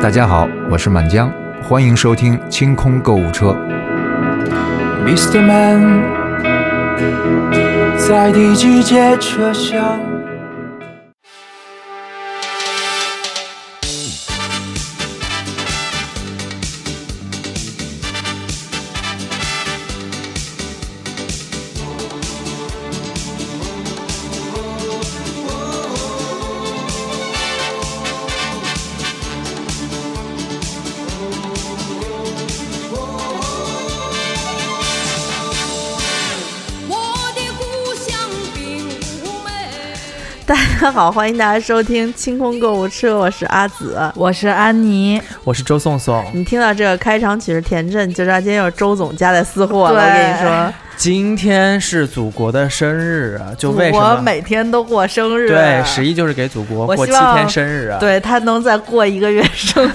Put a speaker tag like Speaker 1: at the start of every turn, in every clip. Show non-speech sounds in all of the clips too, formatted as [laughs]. Speaker 1: 大家好，我是满江，欢迎收听清空购物车。
Speaker 2: Mr. Man，在第几节车厢？
Speaker 3: 我的故乡并不美。
Speaker 4: 大家 [laughs] 好，欢迎大家收听清空购物车，我是阿紫。
Speaker 5: 我是安妮，
Speaker 6: 我是周颂颂，
Speaker 4: 你听到这个开场曲是田震，就知道今天又是周总夹带私货了。我
Speaker 5: 对
Speaker 4: 跟你
Speaker 5: 哎
Speaker 4: 说，
Speaker 6: 今天是祖国的生日啊！就为什
Speaker 5: 我
Speaker 6: 么？
Speaker 5: 每天 [laughs] 都过生
Speaker 4: 啊
Speaker 5: 日，
Speaker 6: 对，十一就是给祖国
Speaker 5: 我
Speaker 6: 过七
Speaker 5: 希望
Speaker 6: 天生日啊！，
Speaker 5: 对他能再过一个月生日，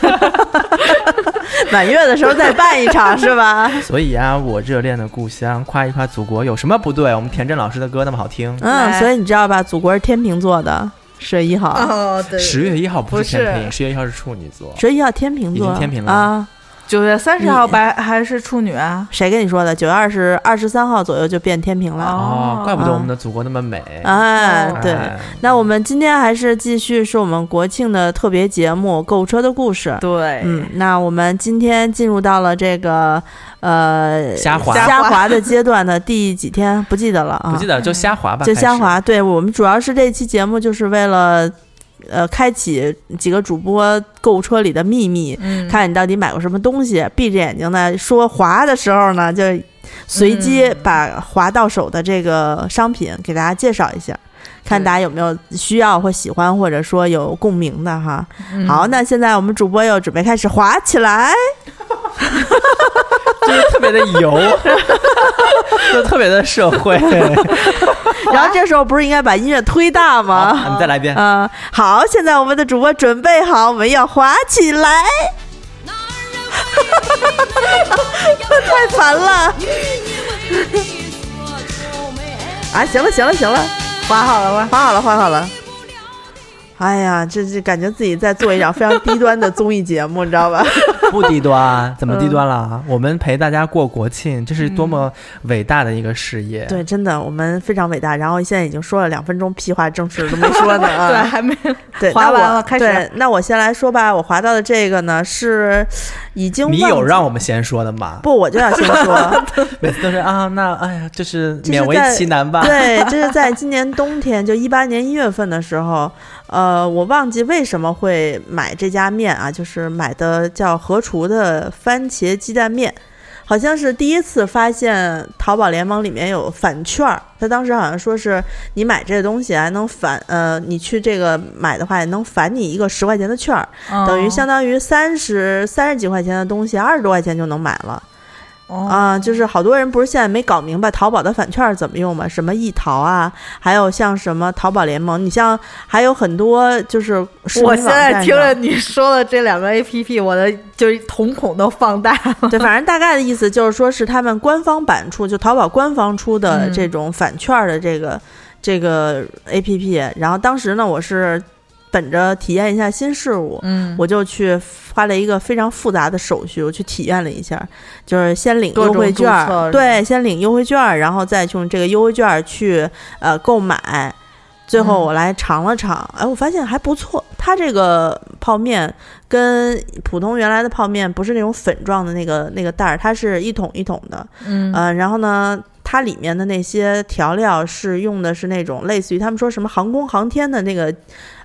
Speaker 4: [laughs] 满月的时候再办一场是
Speaker 5: [laughs]
Speaker 4: 吧？
Speaker 6: 所以啊，我热恋的故乡，夸一夸祖国有什么不对？我们田震老师的歌那么好听，
Speaker 4: 嗯，
Speaker 5: 来
Speaker 4: 所以你知道吧，祖国是天秤座的，十月一号，
Speaker 5: 哦，对
Speaker 6: 十月一号不是
Speaker 5: 不是
Speaker 6: 天平，十月一号是处女座。
Speaker 4: 十月一号天秤
Speaker 6: 已
Speaker 4: 座，
Speaker 6: 经天平了
Speaker 4: 啊。
Speaker 5: 九月三十
Speaker 4: 你
Speaker 5: 号白还是处女啊？
Speaker 4: 谁跟你说的？九月二十二十三号左右就变天平了。
Speaker 6: 哦，啊怪不得
Speaker 4: 啊
Speaker 6: 我们的祖国那么美。
Speaker 4: 哎
Speaker 5: 哦，
Speaker 4: 对，
Speaker 6: 哎
Speaker 4: 那我们今天还是继续是我们国庆的特别节目《购物车的故事》。
Speaker 5: 对，
Speaker 4: 嗯，那我们今天进入到了这个呃
Speaker 6: 瞎滑
Speaker 4: 瞎滑的阶段的第几天不记得了啊，
Speaker 6: 不记得就瞎滑吧，
Speaker 4: 就
Speaker 6: 开始
Speaker 4: 瞎。滑。对我们主要是这期节目就是为了呃开启几个主播购物车里的秘密，
Speaker 5: 嗯，
Speaker 4: 看你到底买过什么东西。闭着眼睛呢说滑的时候呢，就随
Speaker 5: 嗯
Speaker 4: 机把滑到手的这个商品给大家介绍一下。看
Speaker 5: 对
Speaker 4: 大家有没有需要或喜欢，或者说有共鸣的哈。
Speaker 5: 嗯
Speaker 4: 好，那现在我们主播又准备开始滑起来。
Speaker 6: 就是 [laughs] 特别的油， [laughs] 就特别的社 [laughs] 会。
Speaker 4: 然后这时候不是应该把音乐推大吗？
Speaker 6: 好你再来一遍。
Speaker 4: 嗯，好，现在我们的主播准备好，我们要滑起来。
Speaker 3: 男人为了你
Speaker 4: 太烦了
Speaker 3: 女人为了你所愁眉。
Speaker 4: 啊！行了，行了，行了，
Speaker 5: 划好了吧？
Speaker 4: 滑好了，滑好了。哎呀，这这感觉自己在做一场非常低端的综艺节目，你知道吧？
Speaker 6: [laughs] 不低端，怎么
Speaker 4: 嗯
Speaker 6: 低端了啊？我们陪大家过国庆，这是多么伟大的一个事业。
Speaker 4: 嗯对，真的，我们非常伟大。然后现在已经说了两分钟，屁话正事都没说呢
Speaker 5: [laughs] 对，
Speaker 4: 啊。
Speaker 5: 还没
Speaker 4: 对，
Speaker 5: 滑
Speaker 4: 那我
Speaker 5: 完了开始
Speaker 4: 对，那我先来说吧，我滑到的这个呢是已经
Speaker 6: 你
Speaker 4: 忘
Speaker 6: 有
Speaker 4: 记
Speaker 6: 让我们先说的吗？
Speaker 4: 不，我就要先说，
Speaker 6: 每次都是啊，那哎呀，就是
Speaker 4: 这是
Speaker 6: 勉为
Speaker 4: 在
Speaker 6: 其难吧。 [laughs]
Speaker 4: 对，这是在今年冬天，就一八年一月份的时候，呃，我忘记为什么会买这家面啊，就是买的叫和厨的番茄鸡蛋面，好像是第一次发现淘宝联盟里面有返券儿，他当时好像说是你买这个东西还能返，呃，你去这个买的话也能返你一个十块钱的券儿，
Speaker 5: 哦
Speaker 4: 等于相当于三十三十几块钱的东西，二十多块钱就能买了。
Speaker 5: 啊，
Speaker 4: 啊、就是好多人不是现在没搞明白淘宝的返券儿怎么用嘛？什么易淘啊，还有像什么淘宝联盟，你像还有很多就是视频
Speaker 5: 我
Speaker 4: 网
Speaker 5: 现在
Speaker 4: 站
Speaker 5: 听着
Speaker 4: 上
Speaker 5: 你说的这两个 A P P，我的就是瞳孔都放大了。
Speaker 4: 对，反正大概的意思就是说是他们官方版出，就淘宝官方出的
Speaker 5: 嗯
Speaker 4: 这种返券儿的这个、这个 A P P。然后当时呢，我是本着体验一下新事物，
Speaker 5: 嗯，
Speaker 4: 我就去花了一个非常复杂的手续，我去体验了一下，就是先领
Speaker 5: 各
Speaker 4: 优
Speaker 5: 种
Speaker 4: 惠券
Speaker 5: 注册
Speaker 4: 儿，
Speaker 5: 是吧
Speaker 4: 对，先领优惠券儿，然后再用这个优惠券儿去呃购买。最后我来尝了尝，
Speaker 5: 嗯
Speaker 4: 哎，我发现还不错。它这个泡面跟普通原来的泡面不是那种粉状的那个那个袋儿，它是一桶一桶的，
Speaker 5: 嗯
Speaker 4: 呃，然后呢，它里面的那些调料是用的是那种类似于他们说什么航空航天的那个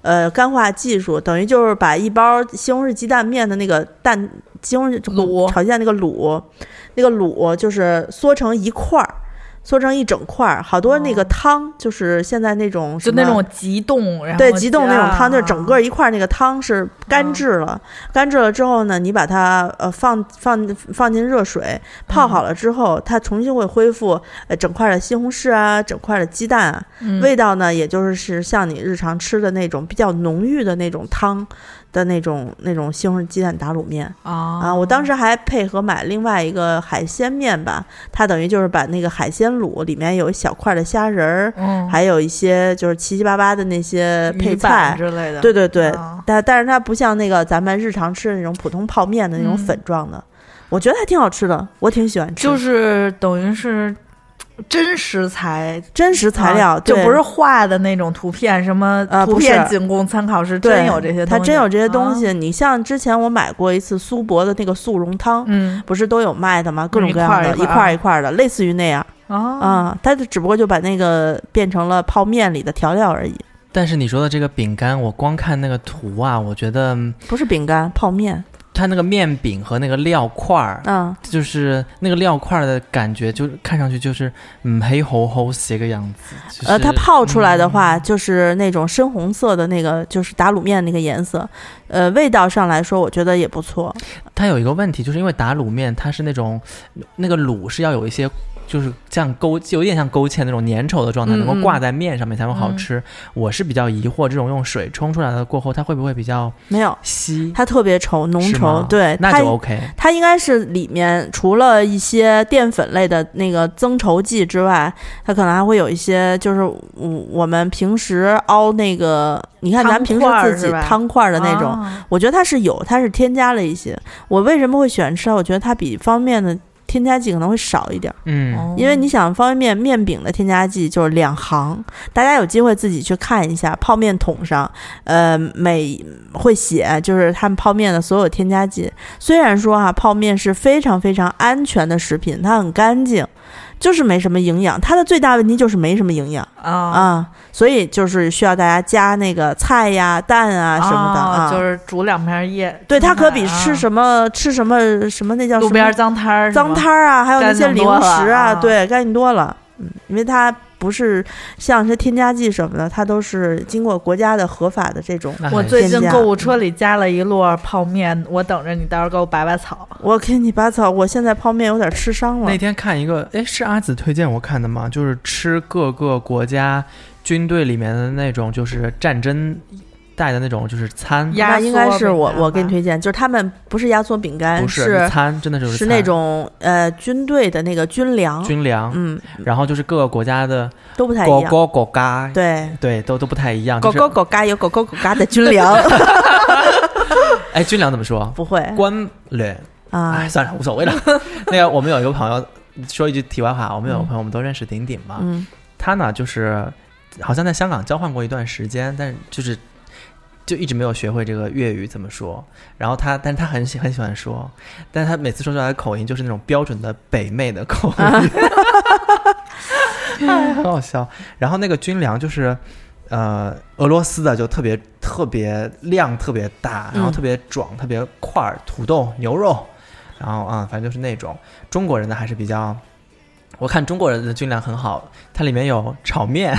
Speaker 4: 呃干化技术，等于就是把一包西红柿鸡蛋面的那个蛋西红柿
Speaker 5: 卤
Speaker 4: 炒鸡蛋那个卤，那个卤就是缩成一块儿。缩成一整块儿，好多那个汤就是现在那种
Speaker 5: 就
Speaker 4: 什
Speaker 5: 那
Speaker 4: 么
Speaker 5: 种急冻，然后啊
Speaker 4: 对，急冻那种汤，就是整个
Speaker 5: 加嗯
Speaker 4: 一块儿那个汤是干制了，干制了之后呢，你把它呃放放放进热水泡
Speaker 5: 嗯
Speaker 4: 好了之后，它重新会恢复呃整块的西红柿啊，整块的鸡蛋啊，
Speaker 5: 嗯
Speaker 4: 味道呢，也就是是像你日常吃的那种比较浓郁的那种汤的那种那种西红柿鸡蛋打卤面。
Speaker 5: 啊
Speaker 4: 啊，我当时还配合买另外一个海鲜面吧，它等于就是把那个海鲜卤，里面有一小块的虾仁儿，
Speaker 5: 嗯，
Speaker 4: 还有一些就是七七八八的那些呃配
Speaker 5: 鱼板
Speaker 4: 菜。
Speaker 5: 之类的，
Speaker 4: 对对对，
Speaker 5: 啊
Speaker 4: 但但是它不像那个咱们日常吃的那种普通泡面的那种
Speaker 5: 嗯
Speaker 4: 粉状的，我觉得还挺好吃的，我挺喜欢吃。
Speaker 5: 就是等于是真食材
Speaker 4: 真实材料，
Speaker 5: 啊就
Speaker 4: 对
Speaker 5: 不是画的那种图片，什么
Speaker 4: 呃
Speaker 5: 图
Speaker 4: 不是
Speaker 5: 片仅供参考，是
Speaker 4: 对
Speaker 5: 真有这些东西，
Speaker 4: 它真有这些东
Speaker 5: 啊，
Speaker 4: 西。你像之前我买过一次苏泊的那个速溶汤，
Speaker 5: 嗯
Speaker 4: 不是都有卖的吗？各种
Speaker 5: 一
Speaker 4: 各样
Speaker 5: 块儿
Speaker 4: 的，
Speaker 5: 一块儿
Speaker 4: 块儿一块儿的，类似于那样
Speaker 5: 啊，
Speaker 4: 啊。它就只不过就把那个变成了泡面里的调料而已，
Speaker 6: 但是你说的这个饼干，我光看那个图啊，我觉得嗯
Speaker 4: 不是饼干，泡面。
Speaker 6: 它那个面饼和那个料块儿，
Speaker 4: 嗯，
Speaker 6: 就是那个料块儿的感觉，就是看上去就是嗯黑齁齁斜个样子。就是、嗯
Speaker 4: 呃，它泡出来的话，就是那种深红色的那个，就是打卤面那个颜色。呃，味道上来说，我觉得也不错。
Speaker 6: 它有一个问题，就是因为打卤面，它是那种那个卤是要有一些。就是像勾，有点像勾芡那种粘稠的状态，
Speaker 4: 嗯
Speaker 6: 能够
Speaker 4: 嗯
Speaker 6: 挂在面上面才会好吃。我是比较疑惑，这种用水冲出来的过后，它会不会比较
Speaker 4: 没有，
Speaker 6: 稀？
Speaker 4: 它特别稠，浓
Speaker 6: 是
Speaker 4: 稠
Speaker 6: 吗。
Speaker 4: 对，
Speaker 6: 那
Speaker 4: 它
Speaker 6: 就 OK。
Speaker 4: 它应该是里面除了一些淀粉类的那个增稠剂之外，它可能还会有一些，就是我我们平时熬那个，你看咱
Speaker 5: 汤
Speaker 4: 平时
Speaker 5: 块儿
Speaker 4: 自己
Speaker 5: 是吧
Speaker 4: 汤块儿的那种，
Speaker 5: 啊
Speaker 4: 我觉得它是有，它是添加了一些。我为什么会喜欢吃它？我觉得它比方便面的添加剂可能会少一点儿，
Speaker 6: 嗯，
Speaker 5: 哦
Speaker 4: 因为你想方便面面饼的添加剂就是两行，大家有机会自己去看一下泡面桶上，呃，每会写就是他们泡面的所有添加剂。虽然说哈、泡面是非常非常安全的食品，它很干净，就是没什么营养。它的最大问题就是没什么营养
Speaker 5: 啊
Speaker 4: 啊，所以就是需要大家加那个菜呀、蛋啊什么的啊。
Speaker 5: 哦就是煮两片叶，
Speaker 4: 对，它
Speaker 5: 它
Speaker 4: 可比吃什么吃什么什么那叫什
Speaker 5: 啊路
Speaker 4: 么
Speaker 5: 边脏摊儿是吗，
Speaker 4: 脏摊儿啊，还有那
Speaker 5: 干
Speaker 4: 些
Speaker 5: 净
Speaker 4: 零
Speaker 5: 多了
Speaker 4: 食啊，
Speaker 5: 啊
Speaker 4: 对，干净多了。嗯，因为它不是像是添加剂什么的，它都是经过国家的合法的这种。
Speaker 6: 那
Speaker 5: 我
Speaker 6: 还
Speaker 5: 最
Speaker 4: 添
Speaker 5: 近
Speaker 4: 加
Speaker 5: 购物车里加了一摞泡面，我等着你到时候给我拔拔草。
Speaker 4: 我给你拔草，我现在泡面有点吃伤了
Speaker 6: 那。天看一个，哎，是阿紫推荐我看的吗？就是吃各个国家军队里面的那种，就是战争带的那种，就是餐，
Speaker 5: 压
Speaker 4: 那
Speaker 5: 缩
Speaker 4: 应该是我
Speaker 5: 饼干
Speaker 4: 我给你
Speaker 5: 吧
Speaker 4: 推荐，就是他们不是压缩饼干，
Speaker 6: 不是
Speaker 4: 是
Speaker 6: 餐，真的就是
Speaker 4: 是
Speaker 6: 餐
Speaker 4: 那种呃军队的那个军粮，
Speaker 6: 军粮。
Speaker 4: 嗯，
Speaker 6: 然后就是各个国家的
Speaker 4: 都不太一
Speaker 6: 狗
Speaker 4: 样。
Speaker 6: 狗狗嘎，
Speaker 4: 对，
Speaker 6: 对，都都不太一样。
Speaker 4: 狗
Speaker 6: 就是
Speaker 4: 狗狗嘎有狗狗狗嘎的军粮，
Speaker 6: 哎，军粮怎么说？
Speaker 4: [laughs] 不
Speaker 6: [laughs]
Speaker 4: 会
Speaker 6: 官粮。
Speaker 4: 嗯啊
Speaker 6: 哎，，算了，无所
Speaker 4: [laughs]
Speaker 6: 谓了。那个，我们有一个朋友，说一句题外话，我们有个朋友，我们都认识顶顶嘛，
Speaker 4: 嗯
Speaker 6: 他呢就是好像在香港交换过一段时间，但是就是就一直没有学会这个粤语怎么说。然后他，但是他很喜很喜欢说，但是他每次说出来的口音就是那种标准的北妹的口音， [laughs] 哎，很好笑。然后那个军粮就是。呃，俄罗斯的就特别特别量特别大，然后
Speaker 4: 嗯
Speaker 6: 特别壮，特别块儿，土豆、牛肉，然后啊、反正就是那种中国人的还是比较，我看中国人的军粮很好，它里面有炒面，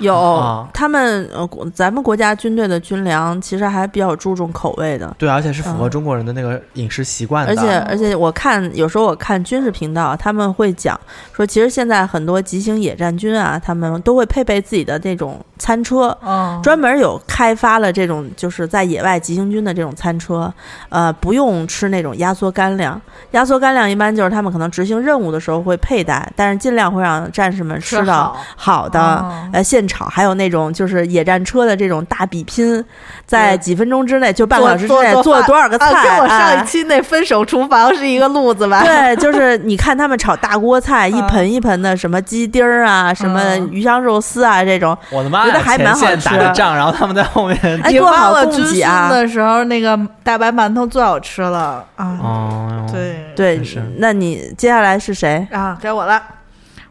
Speaker 4: 有
Speaker 6: 啊
Speaker 4: 他们呃，国咱们国家军队的军粮其实还比较注重口味的，
Speaker 6: 对，而且是符合中国人的那个饮食习惯的，
Speaker 4: 嗯而且而且我看有时候我看军事频道，他们会讲说，其实现在很多急行野战军啊，他们都会配备自己的那种餐车。
Speaker 5: 嗯，
Speaker 4: 专门有开发了这种，就是在野外急行军的这种餐车，呃，不用吃那种压缩干粮。压缩干粮一般就是他们可能执行任务的时候会佩戴，但是尽量会让战士们吃到
Speaker 5: 好
Speaker 4: 好的，
Speaker 5: 哦
Speaker 4: 呃，现炒，还有那种就是野战车的这种大比拼，在
Speaker 5: 对
Speaker 4: 几分钟之内，就半个
Speaker 5: 做
Speaker 4: 小时之
Speaker 5: 做
Speaker 4: 内
Speaker 5: 做
Speaker 4: 做了
Speaker 5: 饭
Speaker 4: 多少个菜？
Speaker 5: 啊，跟我上
Speaker 4: 哎
Speaker 5: 一期那分手厨房是一个路子吧？
Speaker 4: 对，就是你看他们炒大锅
Speaker 5: [laughs]
Speaker 4: 菜，一盆一盆的什么鸡丁儿啊，什么
Speaker 5: 嗯
Speaker 4: 鱼香肉丝啊这种，
Speaker 6: 我的妈
Speaker 4: 觉
Speaker 6: 呀，
Speaker 4: 得还蛮好
Speaker 6: 前线打
Speaker 4: 吃
Speaker 6: 着仗，然后他们在后面，
Speaker 4: 哎，
Speaker 5: [laughs] 你
Speaker 4: 做
Speaker 5: 忘
Speaker 4: 好
Speaker 5: 了
Speaker 4: 供
Speaker 5: 军
Speaker 4: 给
Speaker 5: 训
Speaker 4: 啊。
Speaker 5: 的时候，那个大白馒头最好吃了啊！
Speaker 6: [laughs] 哦，，
Speaker 5: 对
Speaker 4: 对
Speaker 6: 真是，
Speaker 4: 那你接下来是谁？
Speaker 5: 啊，该我了。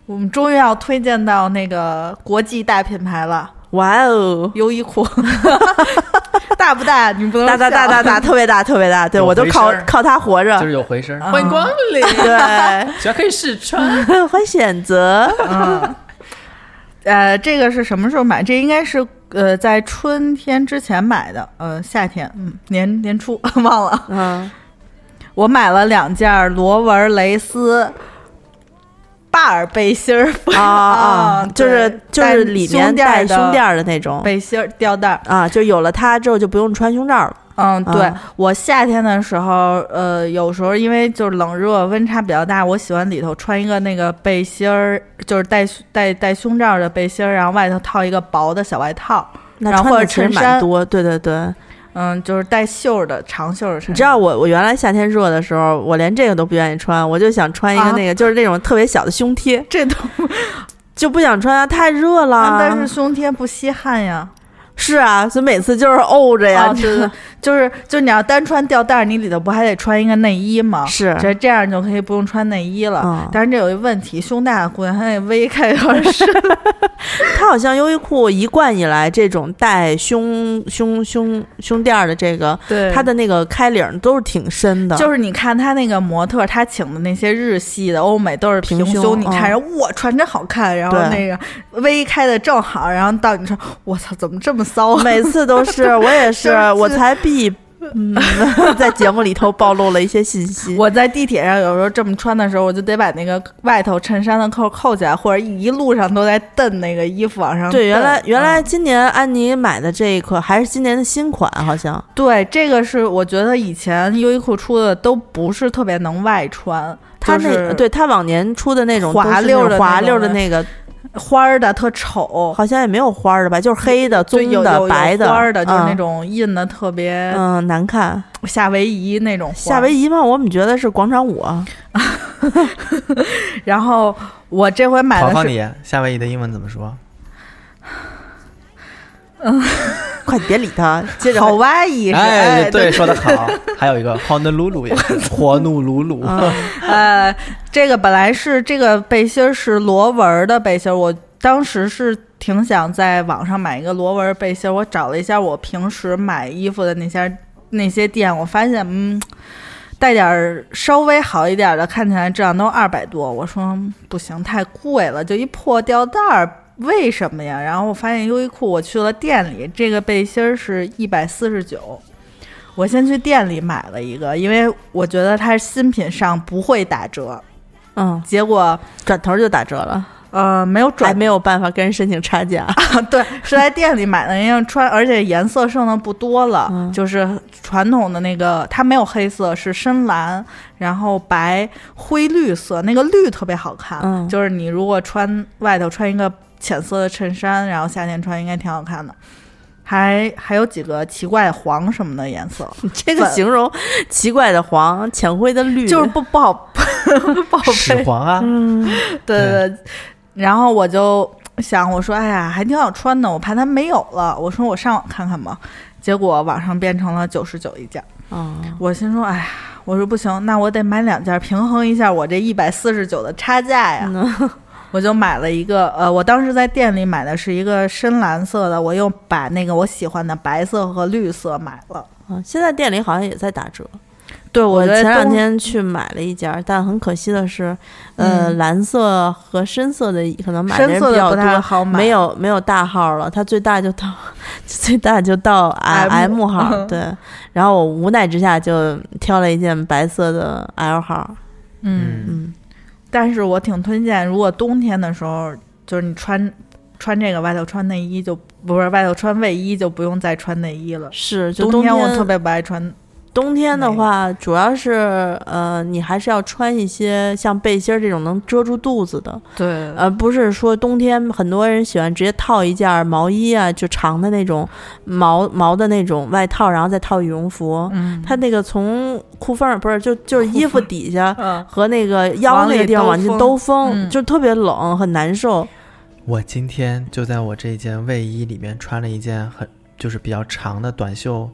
Speaker 5: 我们终于要推荐到那个国际大品牌了，
Speaker 4: 哇哦，
Speaker 5: 优衣库，大不大？你不能
Speaker 4: 大大大大
Speaker 5: 笑 [laughs]
Speaker 4: 大，特别大，特别大，对
Speaker 6: 有
Speaker 4: 我都
Speaker 6: 回
Speaker 4: 靠
Speaker 6: 声儿
Speaker 4: 靠它活着
Speaker 6: 就。是有回声，
Speaker 5: 啊
Speaker 6: 欢迎光临，
Speaker 4: 对，
Speaker 6: [laughs] 只要可以试穿，
Speaker 4: [laughs] 欢迎选择。
Speaker 5: 嗯，呃，这个是什么时候买？这应该是呃在春天之前买的，呃，夏天，嗯，年年初 [laughs] 忘了。
Speaker 4: 嗯，
Speaker 5: 我买了两件罗纹蕾丝巴尔背心儿
Speaker 4: [laughs]
Speaker 5: [laughs]
Speaker 4: 啊啊，就是
Speaker 5: 对
Speaker 4: 就是里面带
Speaker 5: 胸
Speaker 4: 胸
Speaker 5: 垫
Speaker 4: 垫
Speaker 5: 儿
Speaker 4: 儿
Speaker 5: 的
Speaker 4: 的那种。
Speaker 5: 背心儿吊带儿
Speaker 4: 啊，就有了它之后就不用穿胸罩了。
Speaker 5: 嗯，对、
Speaker 4: 啊
Speaker 5: 我夏天的时候，呃，有时候因为就是冷热温差比较大，我喜欢里头穿一个那个背心儿，就是带带带胸罩的背心儿，然后外头套一个薄的小外套，
Speaker 4: 那
Speaker 5: 然后
Speaker 4: 穿
Speaker 5: 或
Speaker 4: 的
Speaker 5: 者
Speaker 4: 其实
Speaker 5: 衬
Speaker 4: 蛮
Speaker 5: 衫
Speaker 4: 多，对对对。
Speaker 5: 嗯，就是带袖儿的长袖儿的衬衫。
Speaker 4: 你知道我我原来夏天热的时候，我连这个都不愿意穿，我就想穿一个
Speaker 5: 啊
Speaker 4: 那个，就是那种特别小的胸贴，
Speaker 5: [laughs] 这都、
Speaker 4: 就不想穿啊，太热了。
Speaker 5: 啊但是胸贴不吸汗呀。
Speaker 4: [laughs] 是啊，所以每次就是沤着呀，
Speaker 5: 啊，对
Speaker 4: [laughs]
Speaker 5: 对，对就是就是你要单穿吊带儿，你里头不还得穿一个内衣吗？
Speaker 4: 是
Speaker 5: 这这样就可以不用穿内衣了。
Speaker 4: 嗯
Speaker 5: 但是这有一问题，胸大的姑娘她那 V 开有点深，
Speaker 4: 它好像优衣库一贯以来这种带胸胸胸胸垫儿的这个，
Speaker 5: 对
Speaker 4: 它的那个开领儿都是挺深的，
Speaker 5: 就是你看她那个模特，她请的那些日系的、欧美都是平嗯
Speaker 4: 平胸
Speaker 5: 你看着哇，穿真好看，然后
Speaker 4: 对
Speaker 5: 那个 V 开的正好，然后到你说，我操，怎么这么骚啊？
Speaker 4: 每次都 [laughs] 是我也哦是，
Speaker 5: 就是
Speaker 4: 我才必嗯， [laughs] 在节目里头暴露了一些信息。
Speaker 5: [laughs] 我在地铁上有时候这么穿的时候，我就得把那个外头衬衫的扣扣起来，或者一路上都在蹬那个衣服往上蹬。
Speaker 4: [laughs] 对，原来原
Speaker 5: 嗯
Speaker 4: 来今年安妮买的这一款还是今年的新款，好像
Speaker 5: 对，这个是我觉得以前优衣库出的都不是特别能外穿，
Speaker 4: 它那、
Speaker 5: 就是
Speaker 4: 对它往年出的那种
Speaker 5: 滑
Speaker 4: 都是那
Speaker 5: 溜儿的
Speaker 4: 种滑
Speaker 5: 那种
Speaker 4: 溜儿的
Speaker 5: 的
Speaker 4: 那个，
Speaker 5: 花儿的特丑，
Speaker 4: 好像也没有花儿的吧，就是黑的、
Speaker 5: 就
Speaker 4: 棕
Speaker 5: 有有
Speaker 4: 的、
Speaker 5: 有
Speaker 4: 白
Speaker 5: 花儿的，就是那
Speaker 4: 嗯
Speaker 5: 种印的特别
Speaker 4: 嗯难看。
Speaker 5: 夏威夷那种花。
Speaker 4: 夏威夷嘛，我们觉得是广场舞啊。
Speaker 5: 夷。然后我这回
Speaker 4: 哎
Speaker 5: 买
Speaker 6: 考
Speaker 5: 的
Speaker 6: 考
Speaker 5: 是
Speaker 6: 你，夏威夷的英文怎么说？
Speaker 4: 快别理他，接着
Speaker 5: 好哇伊是
Speaker 6: 哎，
Speaker 5: 哎
Speaker 6: 对，说的好。还有一个 Honolulu 也是火努鲁鲁，
Speaker 4: 嗯
Speaker 6: [laughs]
Speaker 5: 呃，这个本来是这个背心儿是螺纹儿的背心儿，我当时是挺想在网上买一个螺纹儿背心儿，我找了一下我平时买衣服的那些那些店，我发现嗯。带点儿稍微好一点儿的，看起来质量都二百多。我说嗯不行，太贵了，就一破吊带儿，为什么呀？然后我发现优衣库，我去了店里，这个背心儿是一百四十九。我先去店里买了一个，因为我觉得它新品上不会打折。
Speaker 4: [laughs] 嗯，
Speaker 5: 结果
Speaker 4: 转头就打折了，
Speaker 5: 呃没有
Speaker 4: 还
Speaker 5: 转
Speaker 4: 没有办法跟人申请差价。
Speaker 5: [laughs] 对，是在店里买的，因为穿，而且颜色剩的不多了，
Speaker 4: 嗯
Speaker 5: 就是传统的那个，它没有黑色，是深蓝，然后白、灰绿色，那个绿特别好看。
Speaker 4: 嗯
Speaker 5: 就是你如果穿外头穿一个浅色的衬衫，然后夏天穿应该挺好看的。还还有几个奇怪黄什么的颜
Speaker 4: [laughs]
Speaker 5: 色，
Speaker 4: 这个
Speaker 5: 粉
Speaker 4: 形容奇怪的黄，浅灰的绿，
Speaker 5: 就是不不好不好
Speaker 6: 始
Speaker 5: 配。
Speaker 6: 皇啊，
Speaker 4: 嗯
Speaker 5: 对对对，然后我就想，我说，哎呀，还挺好穿的，我怕它没有了，我说我上网看看吧。结果网上变成了九十九一件，
Speaker 4: 啊、
Speaker 5: 我心说，哎呀，我说不行，那我得买两件平衡一下我这一百四十九的差价呀。
Speaker 4: 嗯
Speaker 5: [laughs] 我就买了一个，呃，我当时在店里买的是一个深蓝色的，我又把那个我喜欢的白色和绿色买了。
Speaker 4: 啊现在店里好像也在打折。
Speaker 5: 对，
Speaker 4: 我
Speaker 5: 觉得
Speaker 4: 前两
Speaker 5: 冬
Speaker 4: 天去买了一家，但很可惜的是，呃，
Speaker 5: 嗯
Speaker 4: 蓝色和深色的可能买的
Speaker 5: 深
Speaker 4: 人
Speaker 5: 色
Speaker 4: 比
Speaker 5: 的
Speaker 4: 较
Speaker 5: 不太
Speaker 4: 多。
Speaker 5: 好买，
Speaker 4: 没有没有大号了，它最大就到 [laughs] 最大就到啊 M
Speaker 5: M 嗯
Speaker 4: 号，对。然后我无奈之下就挑了一件白色的 L 号，
Speaker 5: 嗯
Speaker 6: 嗯，
Speaker 4: 嗯，
Speaker 5: 但是我挺推荐，如果冬天的时候，就是你穿穿这个外头穿内衣就不是外头穿卫衣就不用再穿内衣了。
Speaker 4: 是就
Speaker 5: 冬
Speaker 4: 天
Speaker 5: 我特别不爱穿，
Speaker 4: 冬天的
Speaker 5: 没有
Speaker 4: 话，主要是呃，你还是要穿一些像背心儿这种能遮住肚子的，
Speaker 5: 对
Speaker 4: 而呃不是说冬天很多人喜欢直接套一件毛衣啊，就长的那种毛毛的那种外套，然后再套羽绒服。
Speaker 5: 嗯，
Speaker 4: 它那个从裤缝儿不是就就是衣服底下
Speaker 5: 嗯
Speaker 4: 和那个腰
Speaker 5: 往
Speaker 4: 那
Speaker 5: 里
Speaker 4: 个地方
Speaker 5: 兜
Speaker 4: 往进
Speaker 5: 风
Speaker 4: 兜风，
Speaker 5: 嗯
Speaker 4: 就特别冷，很难受。
Speaker 6: 我今天就在我这件卫衣里面穿了一件很就是比较长的短袖，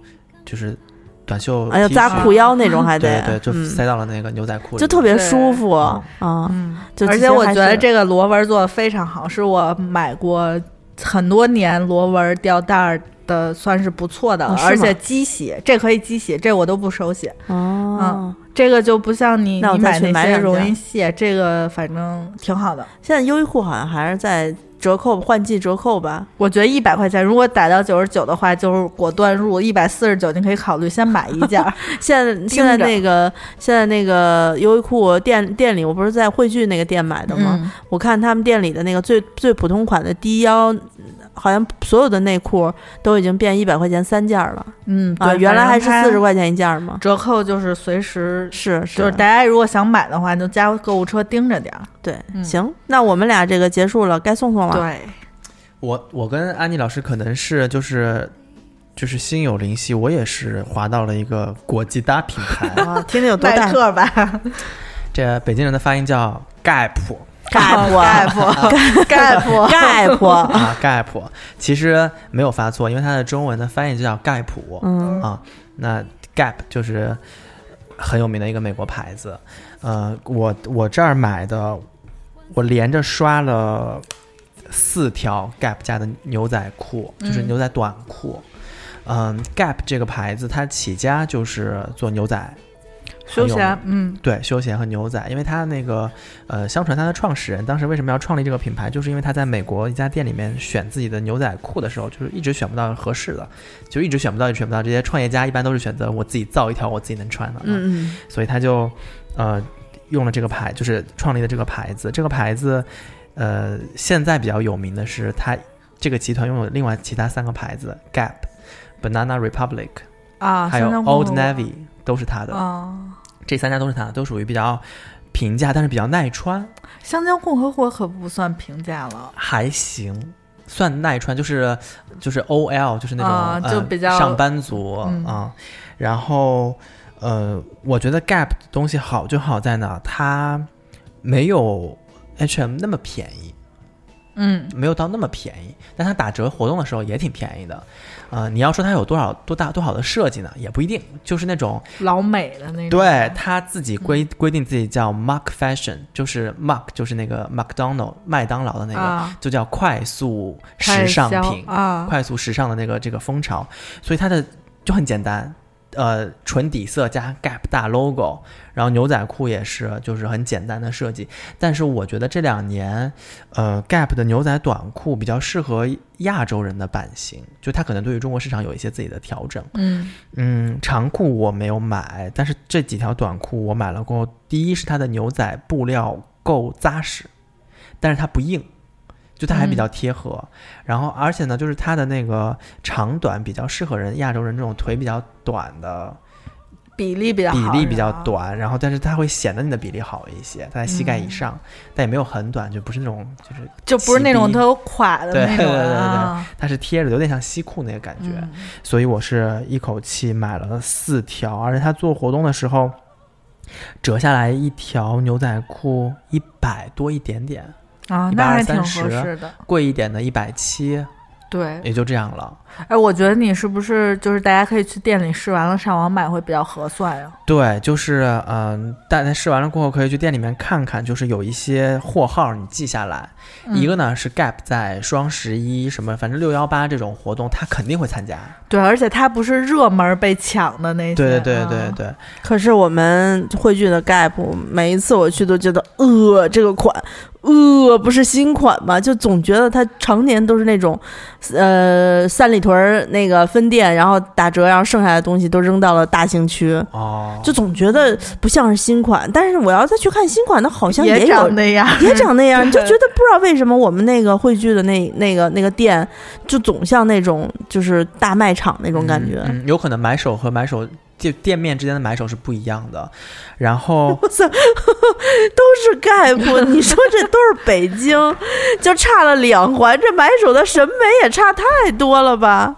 Speaker 6: 就是短袖 T 恤，
Speaker 4: 哎呀，扎裤腰那
Speaker 5: [laughs]
Speaker 4: 种还
Speaker 6: 对
Speaker 4: 得，
Speaker 6: 对，就
Speaker 4: 嗯，
Speaker 6: 塞到了那个牛仔裤里，
Speaker 4: 就特别舒服
Speaker 6: 嗯
Speaker 4: 啊。
Speaker 5: 嗯，
Speaker 4: 就
Speaker 5: 而
Speaker 4: 其
Speaker 5: 且
Speaker 4: 实
Speaker 5: 我
Speaker 4: 还
Speaker 5: 觉得
Speaker 4: 是
Speaker 5: 这个螺纹做的非常好，是我买过很多年螺纹吊带儿的，算是不错的，
Speaker 4: 哦是吗
Speaker 5: 而且机洗，这可以机洗，这我都不手洗，
Speaker 4: 哦
Speaker 5: 嗯。这个就不像你
Speaker 4: 那我
Speaker 5: 你
Speaker 4: 再
Speaker 5: 买
Speaker 4: 去
Speaker 5: 那
Speaker 4: 买
Speaker 5: 些
Speaker 4: 两件
Speaker 5: 容易卸，这个反正挺好的。
Speaker 4: 现在优衣库好像还是在折扣换季折扣吧？
Speaker 5: 我觉得一百块钱，如果打到九十九的话，就是果断入一百四十九，你可以考虑先买一件 [laughs] 儿。
Speaker 4: 现在现在
Speaker 5: 盯着
Speaker 4: 那个现在那个优衣库店店里，我不是在汇聚那个店买的吗？
Speaker 5: 嗯
Speaker 4: 我看他们店里的那个最最普通款的低腰好像所有的内裤都已经变一百块钱三件儿了
Speaker 5: 嗯
Speaker 4: 啊，
Speaker 5: 对
Speaker 4: 原来还
Speaker 5: 反
Speaker 4: 是
Speaker 5: 正它
Speaker 4: 四十块钱一件儿嘛。
Speaker 5: 折扣就是随时，
Speaker 4: 是
Speaker 5: 就是大家如果想买的话，就加购物车盯着点儿。
Speaker 4: 对，
Speaker 5: 嗯
Speaker 4: 行，那我们俩这个结束了，该送送了。，
Speaker 5: 对，
Speaker 6: 我我跟安妮老师可能是就是就是心有灵犀，我也是滑到了一个国际大品牌
Speaker 4: [laughs] 啊，听听有多
Speaker 5: 耐
Speaker 4: 大？
Speaker 5: 克吧
Speaker 6: 这北京人的发音叫 Gap
Speaker 4: 盖
Speaker 5: [laughs]
Speaker 4: 婆， [laughs]
Speaker 5: ，Gap，Gap，
Speaker 4: 盖婆，
Speaker 6: 啊 Gap，其实没有发错，因为它的中文的翻译就叫盖普。
Speaker 4: 嗯
Speaker 6: 啊，那 Gap 就是很有名的一个美国牌子。呃，我我这儿买的，我连着刷了四条 Gap 家的牛仔裤，就是
Speaker 5: 嗯
Speaker 6: 牛仔短裤。嗯 g a p 这个牌子它起家就是做牛仔，
Speaker 5: 休闲，嗯，
Speaker 6: 对休闲和牛仔，因为它那个呃，相传它的创始人当时为什么要创立这个品牌，就是因为他在美国一家店里面选自己的牛仔裤的时候，就是一直选不到合适的，就一直选不到，一直选不到。这些创业家一般都是选择我自己造一条我自己能穿的，，啊
Speaker 4: 嗯嗯，
Speaker 6: 所以他就呃用了这个牌，就是创立的这个牌子。这个牌子呃现在比较有名的是它这个集团拥有另外其他三个牌子：Gap、Banana Republic，
Speaker 5: 啊，
Speaker 6: 还有
Speaker 5: 三张公
Speaker 6: Old
Speaker 5: 主
Speaker 6: Navy，都是它的。
Speaker 5: 啊，
Speaker 6: 这三家都是它的，都属于比较平价，但是比较耐穿，
Speaker 5: 香蕉共和国可不算平价了。
Speaker 6: 还行，算耐穿，就是就是 OL，就是那种、
Speaker 5: 啊就
Speaker 6: 呃
Speaker 5: 比较
Speaker 6: 上班族啊、
Speaker 5: 嗯
Speaker 6: 然后呃，我觉得 Gap 东西好就好在呢，它没有 H&M 那么便宜。
Speaker 5: 嗯，
Speaker 6: 没有到那么便宜，但它打折活动的时候也挺便宜的，呃，你要说它有多少多大多好的设计呢，也不一定，就是那种
Speaker 5: 老美的嗯那种。
Speaker 6: 对他自己规规定自己叫 Mark Fashion，就是 Mark 就是那个 McDonald 麦当劳的那个，
Speaker 5: 啊
Speaker 6: 就叫快速
Speaker 5: 开
Speaker 6: 时尚
Speaker 5: 销
Speaker 6: 品，
Speaker 5: 啊，
Speaker 6: 快速时尚的那个这个风潮，所以它的就很简单，呃，纯底色加 Gap 大 logo，然后牛仔裤也是就是很简单的设计。但是我觉得这两年，呃，Gap 的牛仔短裤比较适合亚洲人的版型，就它可能对于中国市场有一些自己的调整。
Speaker 5: 嗯
Speaker 6: 嗯，长裤我没有买，但是这几条短裤我买了过后，第一是它的牛仔布料够扎实，但是它不硬，就它还
Speaker 5: 嗯
Speaker 6: 比较贴合。然后而且呢，就是它的那个长短比较适合人亚洲人这种腿比较短的
Speaker 5: 比例比较
Speaker 6: 比
Speaker 5: 好
Speaker 6: 例比较
Speaker 5: 是吧，
Speaker 6: 短，然后但是它会显得你的比例好一些，它在膝
Speaker 5: 嗯
Speaker 6: 盖以上，但也没有很短，就不是那种就是
Speaker 5: 就不是那种
Speaker 6: 齐逼
Speaker 5: 特有垮的
Speaker 6: 对对
Speaker 5: 那种
Speaker 6: 对对对
Speaker 5: 啊。
Speaker 6: 它是贴着的，有点像西裤那个感觉。
Speaker 5: 嗯
Speaker 6: 所以我是一口气买了四条，而且他做活动的时候，折下来一条牛仔裤一百多一点点，
Speaker 5: 啊，那还挺合适的。
Speaker 6: 贵一点的一百七，
Speaker 5: 对，
Speaker 6: 也就这样了。
Speaker 5: 哎，我觉得你是不是就是大家可以去店里试完了上网买会比较合算啊呀？
Speaker 6: 对，就是嗯，大家试完了过后可以去店里面看看，就是有一些货号你记下来。
Speaker 5: 嗯
Speaker 6: 一个呢是 Gap 在双十一什么，反正六幺八这种活动，他肯定会参加。
Speaker 5: 对，而且它不是热门被抢的那些。
Speaker 6: 对对对对
Speaker 5: 啊
Speaker 6: 对，
Speaker 4: 可是我们汇聚的 Gap，每一次我去都觉得，呃，这个款，呃，不是新款吧？就总觉得它常年都是那种，呃，三里屯儿那个分店，然后打折，然后剩下的东西都扔到了大兴区，
Speaker 6: 哦，
Speaker 4: 就总觉得不像是新款。但是我要再去看新款的，好像
Speaker 5: 也
Speaker 4: 有
Speaker 5: 长那样，
Speaker 4: 也长那样，
Speaker 5: 对
Speaker 4: 就觉得不知道为什么我们那个汇聚的那那个那个店，就总像那种就是大卖场那种感觉。
Speaker 6: 嗯嗯有可能买手和买手店店面之间的买手是不一样的。然后
Speaker 4: 我操，都是概
Speaker 6: [laughs]
Speaker 4: 括。你说这都是北京，就差了两环，这买手的审美也差太多了吧？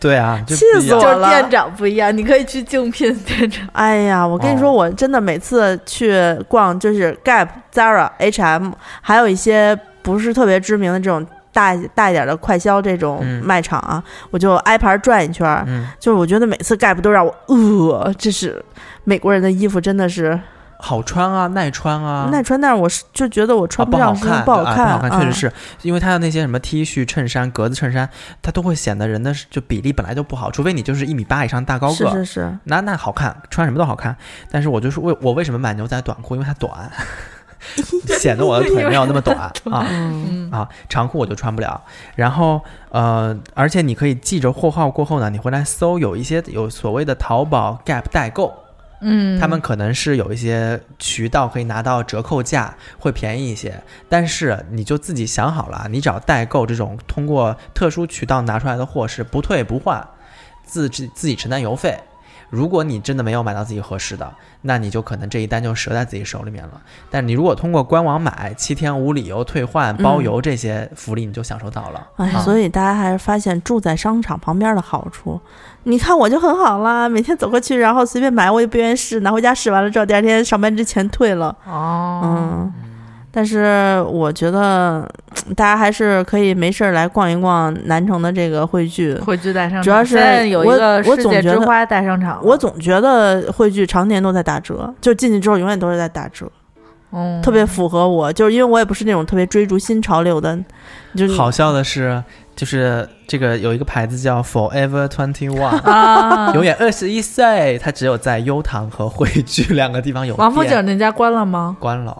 Speaker 6: 对啊，就
Speaker 4: 气
Speaker 6: 不
Speaker 4: 死
Speaker 6: 一样
Speaker 4: 我
Speaker 5: 就是
Speaker 4: 了
Speaker 5: 店长不一样，你可以去竞聘店长。
Speaker 4: 哎呀，我跟你说，
Speaker 6: 哦
Speaker 4: 我真的每次去逛，就是 Gap、Zara、H&M，还有一些不是特别知名的这种大大一点的快销这种
Speaker 6: 嗯
Speaker 4: 卖场啊，我就挨排转一圈儿。
Speaker 6: 嗯，
Speaker 4: 就是我觉得每次 Gap 都让我，呃，这是美国人的衣服，真的是
Speaker 6: 好穿啊，耐穿啊，
Speaker 4: 耐穿，但是我是就觉得我穿
Speaker 6: 啊不
Speaker 4: 上
Speaker 6: 好
Speaker 4: 是因为
Speaker 6: 看，
Speaker 4: 不好
Speaker 6: 啊
Speaker 4: 看，
Speaker 6: 不好看，
Speaker 4: 啊
Speaker 6: 确实是因为它的那些什么 T 恤、衬衫、格子衬衫，它都会显得人的就比例本来就不好，除非你就是一米八以上大高个。
Speaker 4: 是是是，
Speaker 6: 那那好看，穿什么都好看，但是我就是为我为什么买牛仔短裤？因为它短， [laughs] 显得我的腿没有那么短啊。
Speaker 5: 嗯，
Speaker 6: 啊，长裤我就穿不了。然后呃，而且你可以记着货号过后呢，你回来搜有一些有所谓的淘宝 Gap 代购，
Speaker 5: 嗯，
Speaker 6: 他们可能是有一些渠道可以拿到折扣价，会便宜一些。但是你就自己想好了，你只要代购这种通过特殊渠道拿出来的货是不退不换，自自自己承担邮费。如果你真的没有买到自己合适的，那你就可能这一单就折在自己手里面了。但你如果通过官网买，七天无理由退换、包邮这些福利，你就享受到了。
Speaker 4: 哎，
Speaker 6: 啊
Speaker 4: 所以大家还是发现住在商场旁边的好处。你看我就很好啦，每天走过去，然后随便买，我也不愿意试，拿回家试完了之后，第二天上班之前退了。
Speaker 5: 哦，
Speaker 4: 嗯，但是我觉得嗯大家还是可以没事儿来逛一逛南城的这个汇聚。
Speaker 5: 汇聚大商场，
Speaker 4: 主要是
Speaker 5: 现在有一
Speaker 4: 我
Speaker 5: 个
Speaker 4: 我
Speaker 5: 世
Speaker 4: 总
Speaker 5: 界
Speaker 4: 觉
Speaker 5: 之
Speaker 4: 得
Speaker 5: 花大商场了，
Speaker 4: 我总觉得汇聚常年都在打折，就进去之后永远都是在打折，
Speaker 5: 嗯
Speaker 4: 特别符合我，就是因为我也不是那种特别追逐新潮流的，就是
Speaker 6: 好笑的是，就是这个有一个牌子叫 Forever Twenty One，。
Speaker 5: 啊
Speaker 6: 永远二十一岁，它只有在优唐和汇聚两个地方有店。[laughs]
Speaker 5: 王府井那家关了吗？
Speaker 6: 关了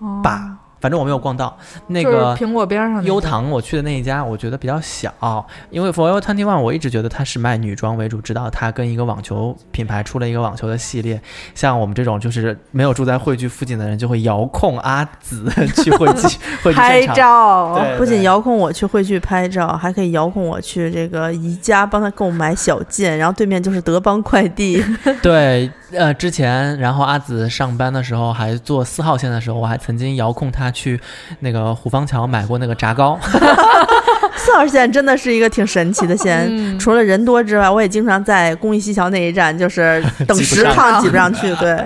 Speaker 5: 哦
Speaker 6: 吧，反正我没有逛到那
Speaker 5: 就是
Speaker 6: 个。
Speaker 5: 苹果边上那
Speaker 6: 优
Speaker 5: 家
Speaker 6: 唐我去的那一家，我觉得比较小，因为 Forever Twenty One 我一直觉得它是卖女装为主，直到它跟一个网球品牌出了一个网球的系列，像我们这种就是没有住在汇聚附近的人，就会遥控阿紫 [laughs] 去
Speaker 5: [laughs]
Speaker 6: 汇聚汇聚
Speaker 5: 拍
Speaker 6: 现场，
Speaker 5: 照，
Speaker 6: 对
Speaker 4: 不仅
Speaker 6: 对
Speaker 4: 遥控我去汇聚拍照，还可以遥控我去这个宜家帮他购买小件，然后对面就是德邦快
Speaker 5: [laughs]
Speaker 4: 递。
Speaker 6: 对，呃，之前然后阿紫上班的时候还坐四号线的时候，我还曾经遥控她去那个虎坊桥买过那个炸糕， [laughs]
Speaker 4: 四号线真的是一个挺神奇的线，
Speaker 5: 嗯
Speaker 4: 除了人多之外，我也经常在公益西桥那一站，就是等
Speaker 6: 挤不
Speaker 4: 十
Speaker 6: 上
Speaker 4: 趟挤不上去。
Speaker 5: [laughs]
Speaker 4: 对，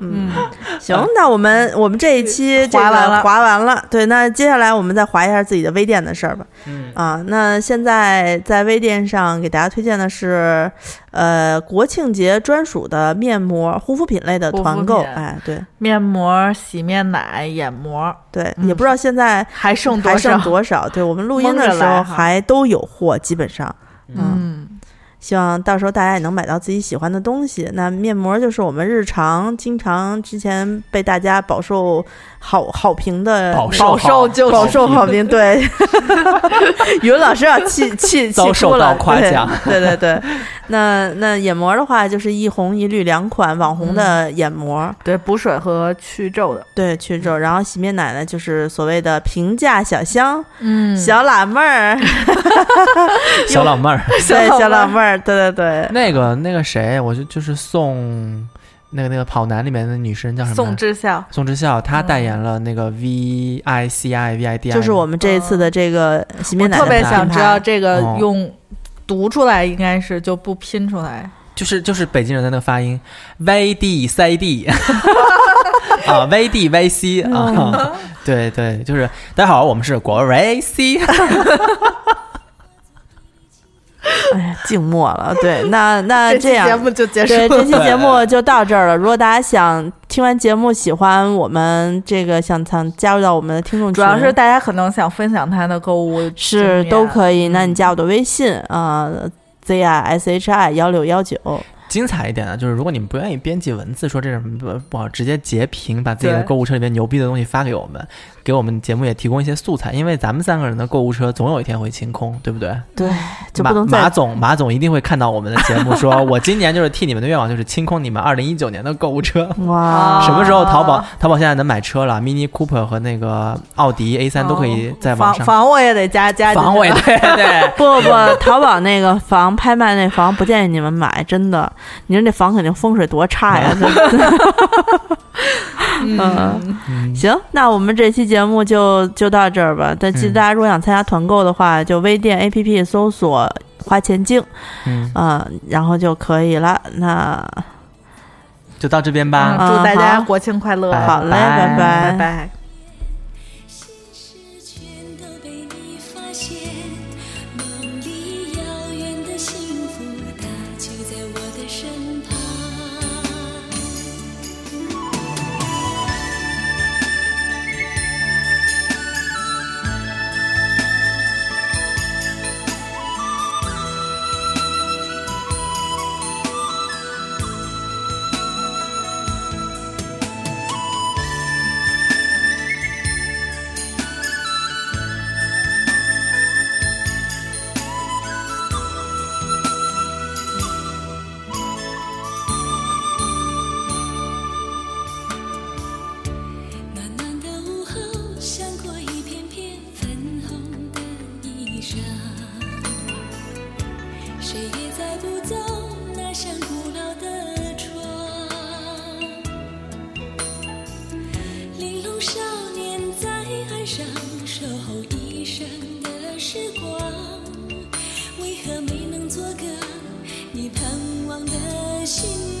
Speaker 4: 嗯，行，那我们我们这一期这个
Speaker 5: 划完了
Speaker 4: 划完了，对，那接下来我们再划一下自己的微店的事儿吧。
Speaker 6: 嗯
Speaker 4: 啊，那现在在微店上给大家推荐的是，呃，国庆节专属的面膜、护肤品类的
Speaker 5: 护肤
Speaker 4: 团购。
Speaker 5: 品
Speaker 4: 哎，对
Speaker 5: 面膜、洗面奶、眼膜，
Speaker 4: 对，
Speaker 5: 嗯
Speaker 4: 也不知道现在
Speaker 5: 还剩
Speaker 4: 还
Speaker 5: 多
Speaker 4: 剩
Speaker 5: 少？
Speaker 4: 多少。对我们录音
Speaker 5: 蒙着
Speaker 4: 的时
Speaker 5: 来
Speaker 4: 候
Speaker 5: 哈
Speaker 4: 还都有货，基本上。
Speaker 5: 嗯，
Speaker 4: 希望到时候大家也能买到自己喜欢的东西。那面膜就是我们日常经常之前被大家饱受好好评的
Speaker 6: 饱受
Speaker 5: 饱受就
Speaker 4: 饱受好
Speaker 5: [laughs]
Speaker 4: 评，对， [laughs] 语文老师要气气气
Speaker 6: 遭受
Speaker 4: 哭了，
Speaker 6: 到夸
Speaker 4: 对
Speaker 6: 奖
Speaker 4: 对对对。那那眼膜的话，就是一红一绿两款网红的
Speaker 5: 嗯
Speaker 4: 眼膜，
Speaker 5: 对，补水和去皱的，
Speaker 4: 对去皱。然后洗面奶呢，就是所谓的平价小香、
Speaker 5: 嗯 [laughs]
Speaker 4: 小辣妹儿，
Speaker 6: 小老妹儿，
Speaker 4: 对小辣妹儿，对对对。
Speaker 6: 那个那个谁，我就就是宋，那个那个跑男里面的女生叫什么？
Speaker 5: 宋智孝，
Speaker 6: 宋智孝，她代言了那个 V I C I V I D I，
Speaker 4: 就是我们这一次的这个洗面奶
Speaker 5: 嗯特
Speaker 4: 的
Speaker 5: 别
Speaker 4: 品
Speaker 5: 想知
Speaker 4: 牌
Speaker 5: 道这个
Speaker 6: 哦
Speaker 5: 用读出来应该是就不拼出来，
Speaker 6: 就是就是北京人的那个发音 V D
Speaker 4: [laughs]
Speaker 6: C D 啊 V D V C
Speaker 4: 嗯
Speaker 6: 啊， [laughs] 对对，就是大家好，我们是国瑞 C，
Speaker 4: 哎呀，
Speaker 5: [laughs]
Speaker 4: 静默了。对，那那
Speaker 5: 期
Speaker 4: 这样，
Speaker 5: 就结
Speaker 4: 对这期节目就到这儿了。如果大家想听完节目喜欢我们这个，想想加入到我们的听众群，
Speaker 5: [laughs] 主要是大家可能想分享他的购物经
Speaker 4: 是
Speaker 5: 验
Speaker 4: 都可以。那你加我的微信啊、z i s h i 幺六幺九，
Speaker 6: 精彩一点的，就是如果你们不愿意编辑文字说这种不不好，直接截屏，把自己的
Speaker 5: 对
Speaker 6: 购物车里面牛逼的东西发给我们，给我们节目也提供一些素材，因为咱们三个人的购物车总有一天会清空，对不对？
Speaker 4: 对，就不
Speaker 6: 马
Speaker 4: 能
Speaker 6: 马
Speaker 4: 再
Speaker 6: 总，马总一定会看到我们的节目说，我今年就是替你们的愿望，就是清空你们二零一九年的购物车。
Speaker 4: [laughs] 哇。，
Speaker 6: 什么时候淘宝？淘宝现在能买车了，Mini Cooper 和那个奥迪 A 三都可以在网
Speaker 5: 嗯房
Speaker 6: 上。
Speaker 5: 房我也得加加进去
Speaker 6: 防伪对对
Speaker 4: 不不，淘宝那个房拍卖那房不建议你们买，真的，你说那房肯定风水多差呀！真的嗯，
Speaker 6: 嗯
Speaker 4: 行，那我们这期节目就就到这儿吧。但记得
Speaker 6: 嗯
Speaker 4: 大家如果想参加团购的话，就微店 APP 搜索“花钱精”
Speaker 6: 嗯，
Speaker 4: 啊、然后就可以了。那
Speaker 6: 就到这边
Speaker 5: 嗯
Speaker 6: 吧。
Speaker 5: 祝大家
Speaker 4: 嗯好
Speaker 5: 国庆快乐，
Speaker 6: 拜
Speaker 4: 好嘞，拜
Speaker 6: 拜
Speaker 5: 拜拜。
Speaker 3: 心事全都被你发现，梦里遥远的幸福，它就在我的身旁。也载不走那扇古老的窗。玲珑少年在岸上守候一生的时光，为何没能做个你盼望的新